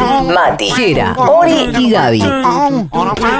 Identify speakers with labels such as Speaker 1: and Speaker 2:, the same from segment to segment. Speaker 1: Mati, Jera, Ori y Gaby.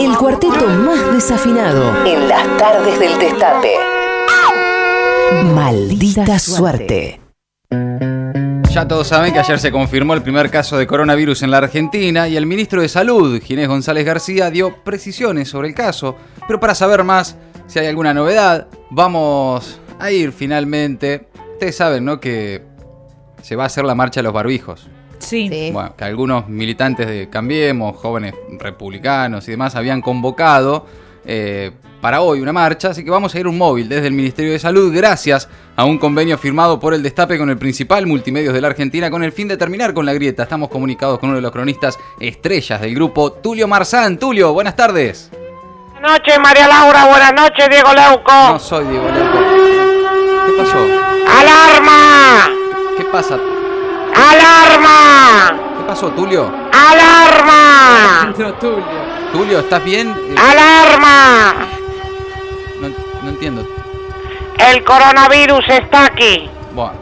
Speaker 1: El cuarteto más desafinado en las tardes del destape. Maldita suerte.
Speaker 2: Ya todos saben que ayer se confirmó el primer caso de coronavirus en la Argentina y el ministro de Salud, Ginés González García, dio precisiones sobre el caso. Pero para saber más, si hay alguna novedad, vamos a ir finalmente. Ustedes saben, ¿no? Que se va a hacer la marcha de los barbijos.
Speaker 3: Sí.
Speaker 2: Bueno, que algunos militantes de Cambiemos, jóvenes republicanos y demás, habían convocado eh, para hoy una marcha, así que vamos a ir un móvil desde el Ministerio de Salud, gracias a un convenio firmado por el Destape con el principal multimedios de la Argentina, con el fin de terminar con la grieta. Estamos comunicados con uno de los cronistas estrellas del grupo, Tulio Marzán. Tulio, buenas tardes.
Speaker 4: Buenas noches, María Laura. Buenas noches, Diego Leuco.
Speaker 2: No soy Diego Leuco. ¿Qué pasó?
Speaker 4: ¡Alarma!
Speaker 2: ¿Qué pasa?
Speaker 4: ¡Alarma!
Speaker 2: ¿Qué pasó, Tulio?
Speaker 4: ¡Alarma!
Speaker 2: Tulio, ¿estás bien? Eh,
Speaker 4: Ah. ¡Alarma!
Speaker 2: no, no entiendo.
Speaker 4: El coronavirus está aquí.
Speaker 2: Bueno,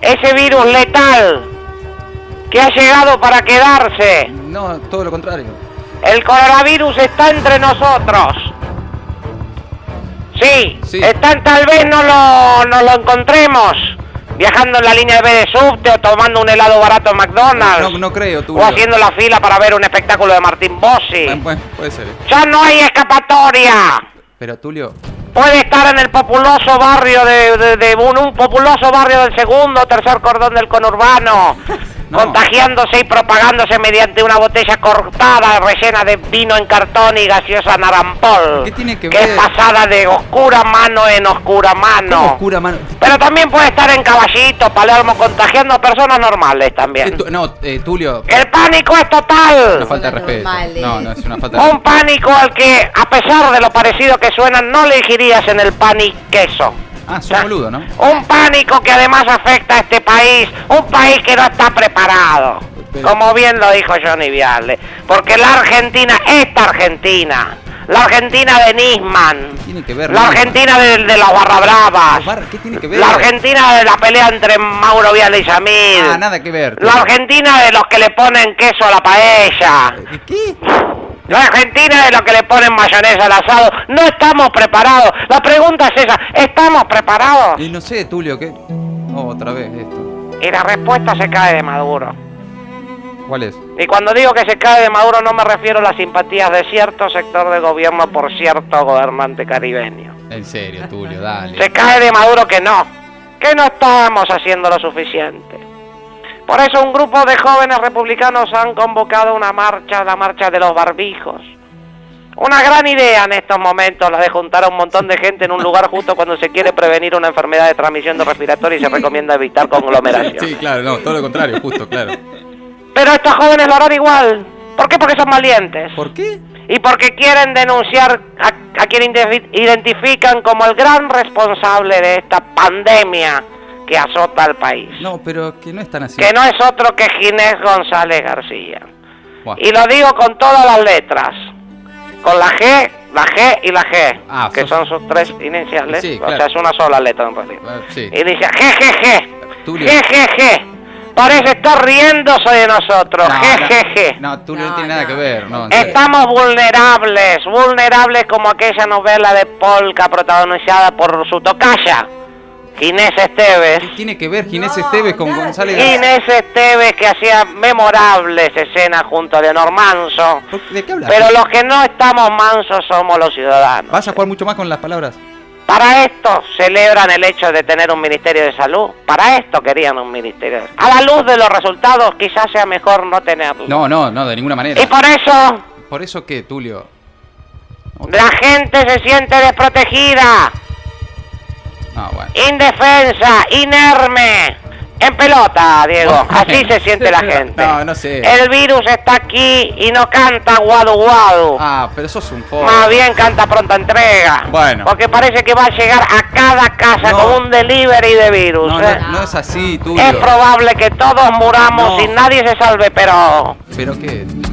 Speaker 4: Ese virus letal que ha llegado para quedarse.
Speaker 2: no, todo lo contrario.
Speaker 4: El coronavirus está entre nosotros. Sí,
Speaker 2: Sí.
Speaker 4: están tal vez no lo, no lo encontremos viajando en la línea B de subte o tomando un helado barato en McDonald's.
Speaker 2: No, no creo, Tulio.
Speaker 4: o haciendo la fila para ver un espectáculo de Martín Bossi.
Speaker 2: Bueno, bueno, puede ser. eh.
Speaker 4: Ya no hay escapatoria.
Speaker 2: Pero Tulio,
Speaker 4: Puede estar en el populoso barrio de, de- de un, un populoso barrio del segundo, tercer cordón del conurbano,
Speaker 2: No.
Speaker 4: contagiándose y propagándose mediante una botella cortada rellena de vino en cartón y gaseosa narampol.
Speaker 2: ¿Qué tiene que
Speaker 4: es
Speaker 2: ver?
Speaker 4: pasada de oscura mano en oscura
Speaker 2: ¿cómo
Speaker 4: mano.
Speaker 2: oscura mano?
Speaker 4: Pero también puede estar en Caballito, Palermo, contagiando a personas normales
Speaker 2: Eh,
Speaker 4: también.
Speaker 2: tu- no, eh, Tulio,
Speaker 4: El pánico es total.
Speaker 2: una falta de respeto.
Speaker 3: normales.
Speaker 2: No, no, es una falta de
Speaker 4: Un pánico al que, a pesar de lo parecido que suena, no le elegirías en el pan y queso.
Speaker 2: Ah, sos boludo, ¿no?
Speaker 4: Un pánico que además afecta a este país, un país que no está preparado.
Speaker 2: Pero-
Speaker 4: Como bien lo dijo Johnny Viale. Porque la Argentina, esta Argentina, la Argentina de Nisman,
Speaker 2: Tiene que ver,
Speaker 4: la
Speaker 2: Nisman.
Speaker 4: Argentina de, de los barrabravas,
Speaker 2: Los bar- ¿Qué tiene que ver?
Speaker 4: Ah, la Argentina de la pelea entre Mauro Viale y Samir,
Speaker 2: Ah, nada que ver.
Speaker 4: la Argentina de los que le ponen queso a la paella.
Speaker 2: ¿De ¿Qué?
Speaker 4: La Argentina de lo que le ponen mayonesa al asado. No estamos preparados. La pregunta es esa. ¿Estamos preparados?
Speaker 2: Y no sé, Tulio, ¿qué? Oh, otra vez esto.
Speaker 4: Y la respuesta se cae de Maduro.
Speaker 2: ¿Cuál es?
Speaker 4: Y cuando digo que se cae de Maduro no me refiero a las simpatías de cierto sector de gobierno por cierto gobernante caribeño.
Speaker 2: En serio, Tulio,
Speaker 4: Se
Speaker 2: dale.
Speaker 4: cae de Maduro que no, que no estamos haciendo lo suficiente. Por eso un grupo de jóvenes republicanos han convocado una marcha, la marcha de los barbijos. Una gran idea en estos momentos, la de juntar a un montón de gente en un lugar justo cuando se quiere prevenir una enfermedad de transmisión de respiratoria y se recomienda evitar conglomeración.
Speaker 2: Sí, claro, no, todo lo contrario, justo, claro.
Speaker 4: Pero estos jóvenes lo harán igual. ¿Por qué? Porque son valientes.
Speaker 2: ¿Por qué?
Speaker 4: Y porque quieren denunciar a, a quien inde- identifican como el gran responsable de esta pandemia que azota al país.
Speaker 2: No, pero que no es tan así.
Speaker 4: Que no es otro que Ginés González García.
Speaker 2: Buah.
Speaker 4: Y lo digo con todas las letras. Con la G, la G y la G.
Speaker 2: Ah,
Speaker 4: que
Speaker 2: sos-
Speaker 4: son sus tres iniciales.
Speaker 2: Sí,
Speaker 4: O
Speaker 2: claro.
Speaker 4: sea, es una sola letra en realidad.
Speaker 2: Ah, sí.
Speaker 4: Y dice, jejeje.
Speaker 2: Tulio.
Speaker 4: Jejeje. Parece estar riéndose de nosotros. Jejeje.
Speaker 2: No, no, Tulio no
Speaker 3: No,
Speaker 2: tiene nada
Speaker 3: no.
Speaker 2: que ver.
Speaker 4: Este
Speaker 2: No, en serio.
Speaker 4: Estamos vulnerables, vulnerables como aquella novela de Polka protagonizada por su tocaya, Inés Esteves.
Speaker 2: ¿Qué tiene que ver Ginés
Speaker 3: No,
Speaker 2: Esteves con
Speaker 3: nada
Speaker 2: González
Speaker 3: que ver.
Speaker 2: García?
Speaker 4: Inés Esteves que hacía memorables escenas junto a Leonor Manso.
Speaker 2: ¿Por- ¿De qué hablas?
Speaker 4: Pero los que no estamos mansos somos los ciudadanos.
Speaker 2: Vas a jugar mucho más con las palabras.
Speaker 4: Para esto celebran el hecho de tener un Ministerio de Salud. Para esto querían un Ministerio de Salud. A la luz de los resultados quizás sea mejor no tenerlo.
Speaker 2: No, no, no, de ninguna manera.
Speaker 4: Y por eso
Speaker 2: ¿Por eso qué, Tulio?
Speaker 4: la gente se siente desprotegida.
Speaker 2: No, ah, bueno.
Speaker 4: indefensa, inerme, en pelota, Diego.
Speaker 2: Bueno.
Speaker 4: Así se siente la gente.
Speaker 2: No, no sé.
Speaker 4: El virus está aquí y no canta guadu guadu.
Speaker 2: Ah, pero sos un poco.
Speaker 4: Más bien canta pronta entrega.
Speaker 2: Bueno.
Speaker 4: Porque parece que va a llegar a cada casa
Speaker 2: No.
Speaker 4: con un delivery de virus.
Speaker 2: No,
Speaker 4: ¿eh?
Speaker 2: no, no es así, Tulio.
Speaker 4: Es probable que todos muramos
Speaker 2: No.
Speaker 4: y nadie se salve, pero
Speaker 2: ¿Pero qué? ¿Qué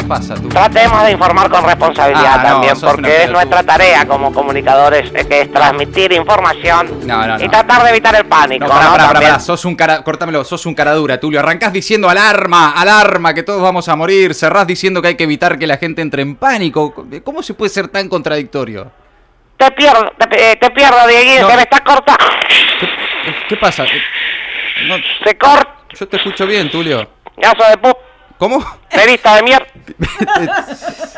Speaker 2: ¿Qué pasa tú?
Speaker 4: Tratemos de informar con responsabilidad
Speaker 2: Ah, no,
Speaker 4: también,
Speaker 2: sos una
Speaker 4: porque es
Speaker 2: pelotuda.
Speaker 4: nuestra tarea como comunicadores, eh, que es transmitir información
Speaker 2: No, no,
Speaker 4: y
Speaker 2: no.
Speaker 4: tratar de evitar el pánico.
Speaker 2: No, pará,
Speaker 4: ¿no?
Speaker 2: pará, pará,
Speaker 4: También.
Speaker 2: pará, sos un cara, cortámelo, sos un cara dura, Tulio. Arrancás diciendo alarma, alarma, que todos vamos a morir. Cerrás diciendo que hay que evitar que la gente entre en pánico. ¿Cómo se puede ser tan contradictorio?
Speaker 4: Te pierdo, te, eh, te pierdo, Dieguín,
Speaker 2: No.
Speaker 4: se me está cortando.
Speaker 2: ¿Qué, qué pasa? Eh, no,
Speaker 4: Se corta,
Speaker 2: yo te escucho bien, Tulio.
Speaker 4: gaso de pu...
Speaker 2: ¿Cómo?
Speaker 4: Perista de mierda,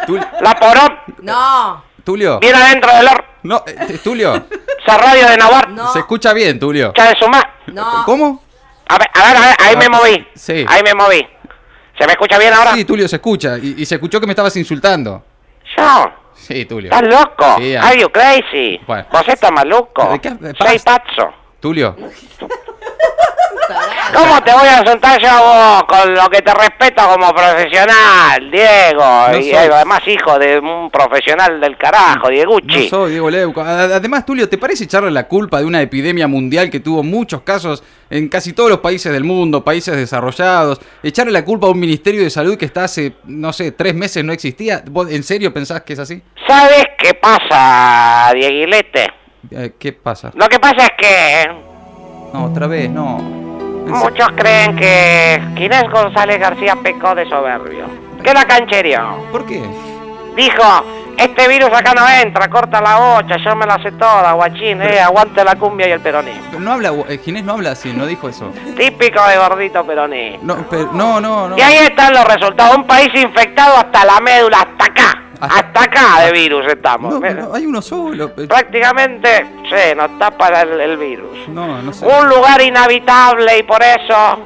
Speaker 2: Tul-
Speaker 4: la porón,
Speaker 3: No,
Speaker 2: Tulio.
Speaker 4: viene adentro del horno,
Speaker 2: No, eh, eh, Tulio.
Speaker 4: esa radio de Navarra,
Speaker 3: No.
Speaker 2: Se escucha bien, Tulio.
Speaker 4: ya de sumar.
Speaker 3: no.
Speaker 2: ¿Cómo?
Speaker 4: A ver, a ver, a ver, ahí
Speaker 2: Ah,
Speaker 4: me moví.
Speaker 2: sí.
Speaker 4: Ahí me moví. ¿Se me escucha bien ahora?
Speaker 2: Sí, Tulio, se escucha. Y, y se escuchó que me estabas insultando.
Speaker 4: Yo,
Speaker 2: Sí, Tulio.
Speaker 4: estás loco.
Speaker 2: Sí, ah.
Speaker 4: Are you crazy?
Speaker 2: Bueno.
Speaker 4: Vos estás maluco.
Speaker 2: ¿De qué- de-
Speaker 4: Soy pazzo.
Speaker 2: Tulio.
Speaker 4: ¿Cómo te voy a insultar yo a vos con lo que te respeto como profesional, Diego? y
Speaker 2: soy-
Speaker 4: eh, además hijo de un profesional del carajo,
Speaker 2: No
Speaker 4: Diegucci.
Speaker 2: soy Diego Leuco. A- a- Además, Tulio, ¿te parece echarle la culpa de una epidemia mundial que tuvo muchos casos en casi todos los países del mundo, países desarrollados? Echarle la culpa a un Ministerio de Salud que está hace, no sé, tres meses no existía. ¿Vos en serio pensás que es así?
Speaker 4: ¿Sabes qué pasa, Dieguilete?
Speaker 2: Eh, ¿Qué pasa?
Speaker 4: Lo que pasa es que
Speaker 2: No, otra vez, no. En se-
Speaker 4: Muchos creen que Ginés González García pecó de soberbio. Que la canchereó.
Speaker 2: ¿Por qué?
Speaker 4: Dijo, este virus acá no entra, corta la bocha, yo me la sé toda, guachín, eh, aguante la cumbia y el peronismo.
Speaker 2: Pero no habla, eh, Ginés no habla así, no dijo eso.
Speaker 4: Típico de gordito peronismo.
Speaker 2: No, pero- no, no, no.
Speaker 4: Y ahí están los resultados, un país infectado hasta la médula, hasta acá,
Speaker 2: Hasta-
Speaker 4: hasta acá de virus estamos.
Speaker 2: No,
Speaker 4: Mira,
Speaker 2: no, hay uno solo. eh,
Speaker 4: Prácticamente, sí, nos tapa el, el virus.
Speaker 2: No, no sé.
Speaker 4: Un lugar inhabitable y por eso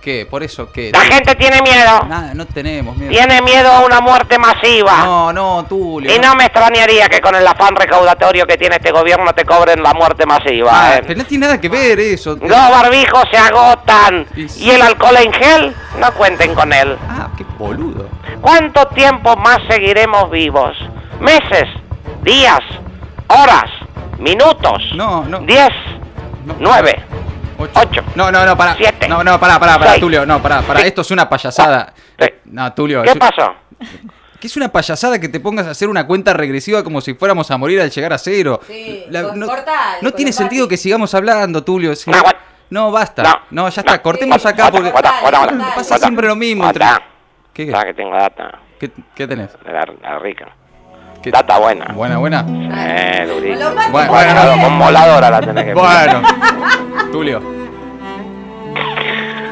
Speaker 2: ¿Qué? ¿Por eso qué?
Speaker 4: la gente tiene miedo.
Speaker 2: Nada, no tenemos miedo.
Speaker 4: Tiene miedo a una muerte masiva.
Speaker 2: No, no, Tulio.
Speaker 4: Y no me extrañaría que con el afán recaudatorio que tiene este gobierno te cobren la muerte masiva.
Speaker 2: Ah,
Speaker 4: ¿eh?
Speaker 2: pero no tiene nada que ver eso.
Speaker 4: Los barbijos se agotan
Speaker 2: Y sí.
Speaker 4: y el alcohol en gel, no cuenten con él.
Speaker 2: Ah, qué boludo.
Speaker 4: ¿Cuánto tiempo más seguiremos vivos? ¿Meses? ¿Días? ¿Horas? ¿Minutos?
Speaker 2: No, no.
Speaker 4: ¿Diez?
Speaker 2: No.
Speaker 4: ¿Nueve?
Speaker 2: Ocho.
Speaker 4: Ocho.
Speaker 2: No, no, no, pará.
Speaker 4: Siete.
Speaker 2: No, no, pará, pará, pará,
Speaker 4: Seis.
Speaker 2: Tulio. No, pará, pará.
Speaker 4: Sí.
Speaker 2: Esto es una payasada.
Speaker 4: Sí.
Speaker 2: No, Tulio.
Speaker 4: ¿Qué
Speaker 2: es-
Speaker 4: pasó?
Speaker 2: Que es una payasada que te pongas a hacer una cuenta regresiva como si fuéramos a morir al llegar a cero.
Speaker 3: Sí,
Speaker 2: La-
Speaker 3: co-
Speaker 2: no
Speaker 3: cortale,
Speaker 2: no tiene
Speaker 3: cortale.
Speaker 2: sentido que sigamos hablando, Tulio. es-
Speaker 4: No, what-
Speaker 2: No, basta. No,
Speaker 4: No,
Speaker 2: ya está.
Speaker 4: no.
Speaker 2: Cortemos
Speaker 3: Sí.
Speaker 2: acá
Speaker 3: What-
Speaker 2: porque
Speaker 3: what-
Speaker 2: pasa siempre lo mismo. entre-
Speaker 4: Data.
Speaker 2: ¿Qué,
Speaker 4: Data Ah, que tengo data.
Speaker 2: qué, qué tenés?
Speaker 4: La, la rica.
Speaker 2: ¿Qué-
Speaker 4: Data buena.
Speaker 2: Buena, buena.
Speaker 4: Eh, durita.
Speaker 3: Lo mato.
Speaker 2: Bueno, bueno,
Speaker 4: Claro, con voladora la tenés que
Speaker 2: Bueno. Tulio.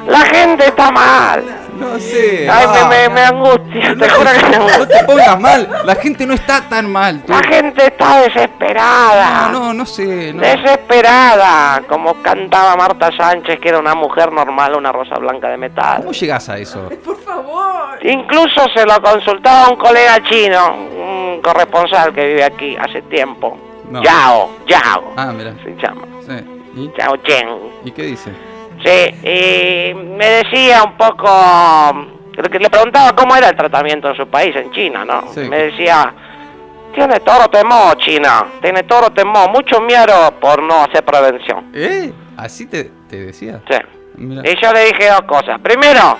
Speaker 4: La gente está mal.
Speaker 2: No sé.
Speaker 4: Ay, me,
Speaker 2: ah.
Speaker 4: me, me angustia, te juro que me
Speaker 2: No te
Speaker 4: angustia.
Speaker 2: pongas mal, la gente no está tan mal. tú.
Speaker 4: La gente está desesperada.
Speaker 2: No, no sé. No.
Speaker 4: Desesperada, como cantaba Marta Sánchez, que era una mujer normal, una rosa blanca de metal.
Speaker 2: ¿Cómo llegás a eso?
Speaker 3: Por favor.
Speaker 4: Incluso se lo consultaba a un colega chino, un corresponsal que vive aquí hace tiempo.
Speaker 2: No.
Speaker 4: Yao, Yao,
Speaker 2: Ah, mira.
Speaker 4: se llama.
Speaker 2: Sí. ¿Y?
Speaker 4: Yao Chen.
Speaker 2: ¿Y qué dice?
Speaker 4: Sí, y me decía un poco, creo que le preguntaba cómo era el tratamiento en su país, en China, ¿no?
Speaker 2: Sí.
Speaker 4: Me decía, tiene toro temor China, tiene toro temor, mucho miedo por no hacer prevención.
Speaker 2: ¿Eh? ¿Así te, te decía?
Speaker 4: Sí.
Speaker 2: Mira.
Speaker 4: Y yo le dije dos cosas. Primero,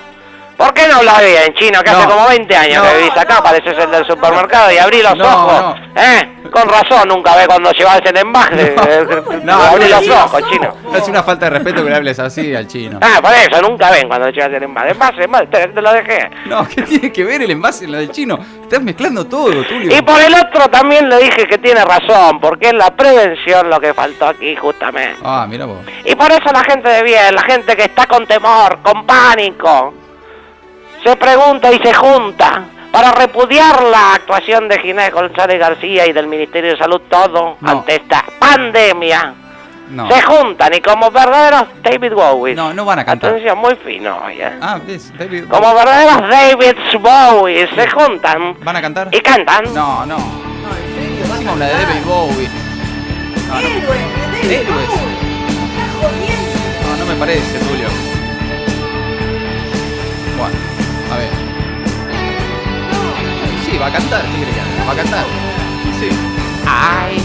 Speaker 4: ¿por qué no hablas bien chino? Que hace
Speaker 2: No.
Speaker 4: como 20 años
Speaker 2: No.
Speaker 4: que vivís acá, pareces el del supermercado y abrí los
Speaker 2: No,
Speaker 4: ojos.
Speaker 2: no.
Speaker 4: ¿Eh? Con razón, nunca ve cuando llevas el embaje.
Speaker 2: No,
Speaker 4: abrí
Speaker 2: no,
Speaker 4: los
Speaker 2: no.
Speaker 4: ojos, chino.
Speaker 2: No es una falta de respeto que le hables así al chino.
Speaker 4: Ah, por eso, nunca ven cuando llevas el envase. Envase, envase, te, te lo dejé.
Speaker 2: No, ¿qué tiene que ver el envase en la del chino? Estás mezclando todo, Tulio.
Speaker 4: Y por el otro también le dije que tiene razón, porque es la prevención lo que faltó aquí justamente.
Speaker 2: Ah, mira vos.
Speaker 4: Y por eso la gente de bien, la gente que está con temor, con pánico, se pregunta y se junta para repudiar la actuación de Ginés González García y del Ministerio de Salud todo
Speaker 2: No.
Speaker 4: ante esta pandemia.
Speaker 2: No.
Speaker 4: Se juntan y como verdaderos David Bowie.
Speaker 2: No, no van a cantar.
Speaker 4: Atención, muy fino hoy, eh.
Speaker 2: Ah, ves, David.
Speaker 4: Como verdaderos David Bowie se juntan
Speaker 2: ¿Van a cantar?
Speaker 4: y cantan.
Speaker 2: No, no.
Speaker 3: No, en serio, vas a
Speaker 2: Hicimos la de
Speaker 3: matar.
Speaker 2: David Bowie. No, no,
Speaker 3: Héroes, de David
Speaker 2: Héroes.
Speaker 3: Bowie. Estás jodiendo.
Speaker 2: no, no me parece, Tulio. Bueno, a ver. Sí, va a cantar, ¿qué quiere que haga? Va a cantar. Sí.
Speaker 4: Hay,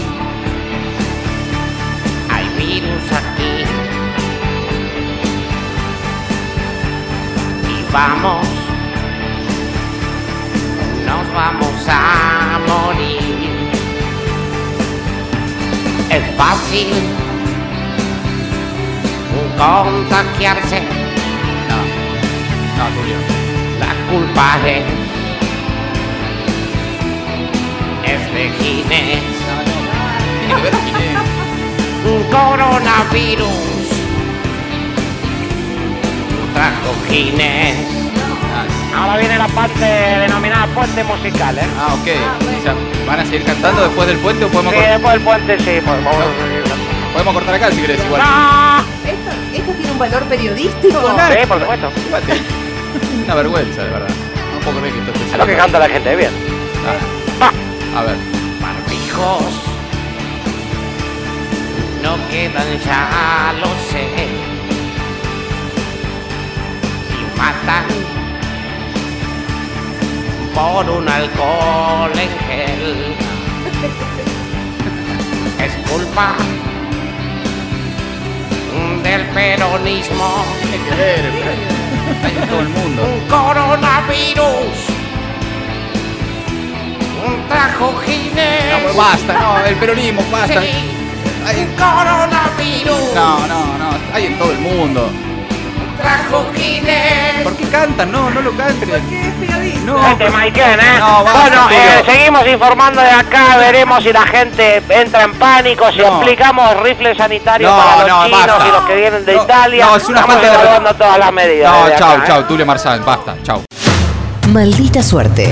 Speaker 4: hay virus aquí. Y vamos
Speaker 5: nos vamos a morir. Es fácil contagiarse,
Speaker 2: No, Tulio.
Speaker 5: la culpa es, es de Ginés.
Speaker 2: Tiene que ver quién es.
Speaker 5: Coronavirus, trajo Ginés.
Speaker 2: Ah, sí.
Speaker 4: Ahora viene la parte denominada puente musical, ¿eh?
Speaker 2: Ah, ok. O sea, ¿van a seguir cantando después del puente o podemos,
Speaker 4: Sí,
Speaker 3: Eh.
Speaker 4: después
Speaker 2: cor-
Speaker 4: del puente sí, pues vamos a seguir cantando.
Speaker 2: podemos cortar acá si querés igual?
Speaker 4: ¡No!
Speaker 3: Esto, esto tiene un valor periodístico.
Speaker 4: Sí, por supuesto.
Speaker 2: Fíjate. Una vergüenza, de verdad. No puedo creer que esto esté
Speaker 4: Es lo que
Speaker 2: saliendo.
Speaker 4: canta la gente, ¿eh? bien.
Speaker 2: Ah. A ver.
Speaker 5: barbijos no quedan ya, lo sé. Y matan por un alcohol en gel. Es culpa del peronismo,
Speaker 2: Tiene que ver. Hay en todo el mundo.
Speaker 5: un coronavirus, un trajo
Speaker 2: No, pues
Speaker 5: Ginés.
Speaker 2: basta, no, el peronismo, basta.
Speaker 5: Sí.
Speaker 2: Hay-
Speaker 5: Coronavirus
Speaker 2: No, no, no. Hay en todo el mundo.
Speaker 5: trajo Ginés.
Speaker 2: ¿Por qué cantan? No, no lo canten.
Speaker 3: ¿Qué es periodista?
Speaker 2: No.
Speaker 4: Gente, Maikén, ¿eh?
Speaker 2: No, vamos,
Speaker 4: bueno,
Speaker 2: Arturo.
Speaker 4: eh, seguimos informando de acá, veremos si la gente entra en pánico, si
Speaker 2: No.
Speaker 4: aplicamos rifles sanitarios
Speaker 2: No,
Speaker 4: para los
Speaker 2: no,
Speaker 4: chinos
Speaker 2: basta.
Speaker 4: y los que vienen de
Speaker 2: No,
Speaker 4: Italia.
Speaker 2: no, es una
Speaker 4: Estamos
Speaker 2: falta de
Speaker 4: evaluando todas las medidas.
Speaker 2: No,
Speaker 4: desde
Speaker 2: chau,
Speaker 4: acá,
Speaker 2: chau,
Speaker 4: ¿eh?
Speaker 2: Tulio Marzán, basta, chau.
Speaker 1: Maldita suerte.